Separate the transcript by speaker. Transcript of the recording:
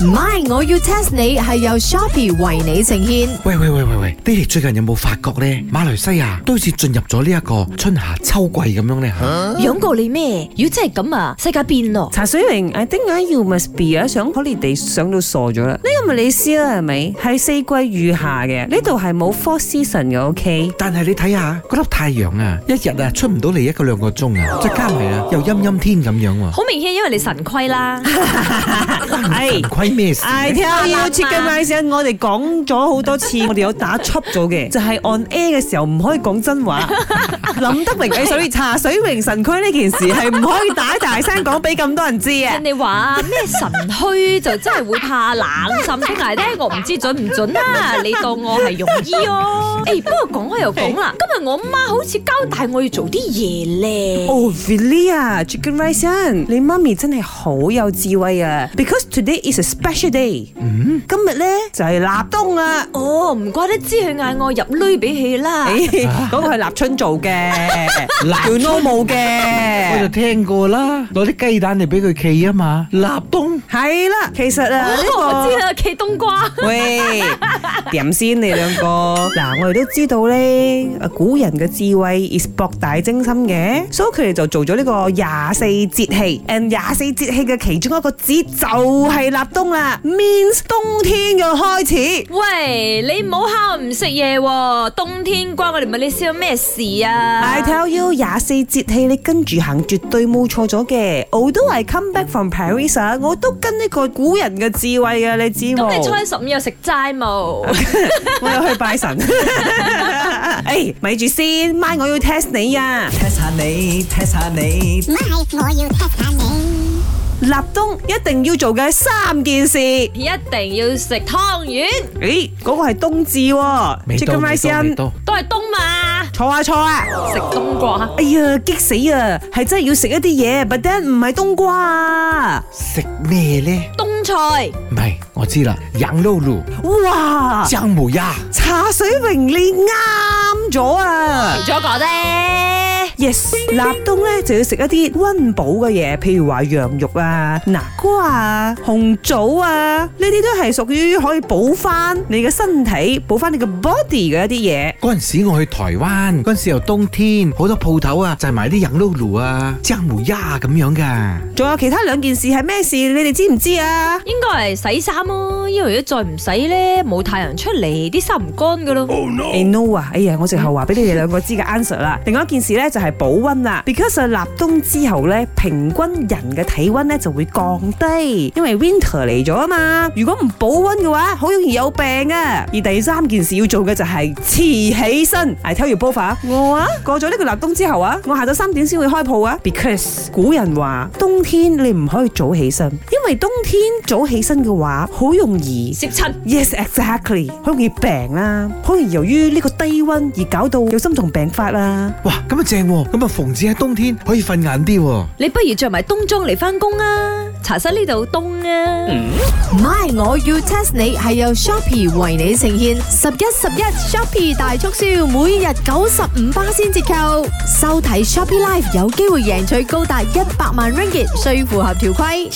Speaker 1: My，我要 test 你係由 Shopee 為你呈現。
Speaker 2: 喂喂喂喂喂，你哋最近有冇發覺咧？馬來西亞都好似進入咗呢一個春夏秋季咁樣咧吓。
Speaker 3: 養過你咩？如果真係咁啊，世界變咯。
Speaker 4: 茶水榮，I think I you must be 啊，想 holiday 上到傻咗啦。呢個咪你知啦，係咪？係四季如夏嘅，呢度係冇 four season 嘅，OK？
Speaker 2: 但係你睇下嗰粒太陽啊，一日啊出唔到嚟一個兩個鐘啊，再加埋啊又陰陰天咁樣喎。
Speaker 3: 好明顯，因為你神龜 啦。
Speaker 4: 係
Speaker 2: 關咩事？
Speaker 4: I tell you chicken rice，我哋講咗好多次，我哋有打出咗嘅，就係 on air 嘅時候唔可以講真話。林德榮嘅所以茶水榮神區呢件事係唔可以打大聲講俾咁多人知啊
Speaker 3: 人！哋話啊咩神虛就真係會怕冷，甚至係咧我唔知準唔準 啦。你當我係庸醫哦。誒，不過講開又講啦，今日我媽好似交代我要做啲嘢咧。
Speaker 4: 哦 v i l i a Oh, Ah, Chicken Rice Inn，你媽咪真係好有智慧啊！Because today is a special day，、今
Speaker 3: Mm-hmm.
Speaker 4: 日咧就係、立冬 啦。
Speaker 3: 哦，唔怪得知佢嗌我入鐳俾佢啦。
Speaker 4: 誒，嗰個係立春做嘅，叫 normal
Speaker 2: 我就
Speaker 4: 嘅，
Speaker 2: 聽過啦，攞啲雞蛋嚟俾佢企啊嘛，立冬。
Speaker 4: 係啦。其實啊，呢、個
Speaker 3: 哦我知啦，企冬瓜。
Speaker 4: 喂，點先你兩個？ 嗱，我哋都知道咧，啊古人嘅智慧 is 博大精深嘅，所以佢哋就做咗呢個廿四節氣。and 廿四節氣嘅其中一個節就係立冬啦，means 冬天嘅開始。
Speaker 3: 喂，你唔好蝦我唔食嘢喎！冬天關我哋咪你知有咩事啊
Speaker 4: I tell you，廿四節氣你跟住行絕對冇錯咗嘅。我都係 come back from Paris 啊，我都跟呢個古人嘅智慧啊嘅，你知冇？
Speaker 3: 咁你初一十五又食齋 冇？
Speaker 4: 我要去拜神。 哎，咪住先，咪我要 test 你啊！
Speaker 5: test 下你，test 下你
Speaker 6: 咪，我要 test 下你。
Speaker 4: 立冬一定要做嘅三件事。
Speaker 3: 一定要食湯圓，
Speaker 4: 咦，嗰、個係冬至喎、
Speaker 2: 未到
Speaker 4: Chicken
Speaker 2: 未
Speaker 4: rice
Speaker 2: 到未
Speaker 4: in
Speaker 2: 到，
Speaker 3: 都係冬嘛，
Speaker 4: 錯啊錯啊！
Speaker 3: 食冬瓜。
Speaker 4: 哎呀，激死啊！係真係要食一啲嘢，but then 唔係冬瓜啊！
Speaker 2: 食咩咧？
Speaker 3: 冬菜，
Speaker 2: 唔係，我知啦，羊肉爐、
Speaker 4: 哇，
Speaker 2: 姜母鴨。
Speaker 4: 茶水榮你啱咗啊！
Speaker 3: 咗個啫。
Speaker 4: yes，立冬咧就要食一啲温補嘅嘢，譬如話羊肉啊、南瓜啊、紅棗啊，呢啲都係屬於可以補翻你嘅身體、補翻你嘅 body 嘅一啲嘢。
Speaker 2: 嗰陣時我去台灣，嗰陣時又冬天，好多鋪頭啊，就係賣啲羊肉爐啊、姜母鴨啊咁樣噶。
Speaker 4: 仲有其他兩件事係咩事？你哋知唔知啊？
Speaker 3: 應該係洗衫咯，因為如果再唔洗咧，冇太陽出嚟，啲衫唔乾噶咯。
Speaker 4: 誒 no 啊！哎呀，我直頭話俾你哋兩個知嘅 answer 啦。另外一件事咧就係保温啦，because 啊立冬之後咧，平均人嘅體温咧就會降低，因為 winter 嚟咗啊嘛。如果唔保温嘅話，好容易有病啊。而第三件事要做嘅就係遲起身。I tell you both 啊我啊過咗呢個立冬之後啊，我下晝三點先會開鋪啊，because 古人話冬天你唔可以早起身，因為冬天早起身嘅話，好容易。
Speaker 3: 食親
Speaker 4: Yes, exactly，好容易病啦，好容易由於呢個低温而搞到有心臟病發啦。
Speaker 2: 哇，咁啊正喎，咁啊防止喺冬天可以瞓晏啲喎。
Speaker 3: 你不如着埋冬裝嚟翻工啊！茶室呢度冬啊！
Speaker 1: My，我要 test 你係由 Shopee 為你呈現。十一十一 Shopee 大促銷，每日九十五巴先折扣。收睇 Shopee Live 有機會贏取高達一百萬 Ringgit，需符合條規。